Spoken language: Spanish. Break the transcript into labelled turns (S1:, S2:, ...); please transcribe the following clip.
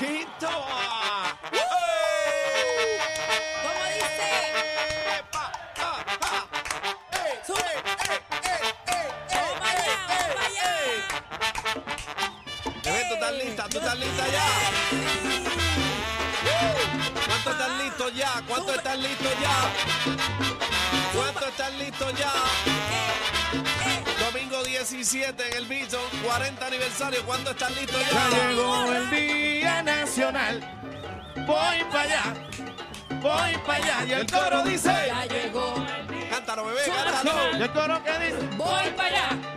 S1: Quinto A.
S2: ¿Cómo dice?
S1: ¡Epa! ¡Ah! ¡Ah! ¡Ey!
S2: Sube.
S1: ¡Ey! ¡Ey! ¡Ey! ¡Ey!
S2: Vamos para allá,
S1: ¡Ey!
S2: vamos para allá.
S1: ¡Ey! Bebé, tú estás lista, tú estás lista ya. ¿Cuánto estás listo ya? ¿Cuánto
S2: Sube.
S1: estás listo ya? ¿Cuánto estás listo ya? Domingo 17 en el Bison, 40 aniversario. ¿Cuánto estás listo
S3: Ya
S1: ya?
S3: llegó el Día Nacional. Voy para allá. Voy para allá. Y el coro dice.
S2: Ya llegó,
S1: Cántalo, bebé, cántalo.
S3: Y el coro que dice.
S2: voy para allá,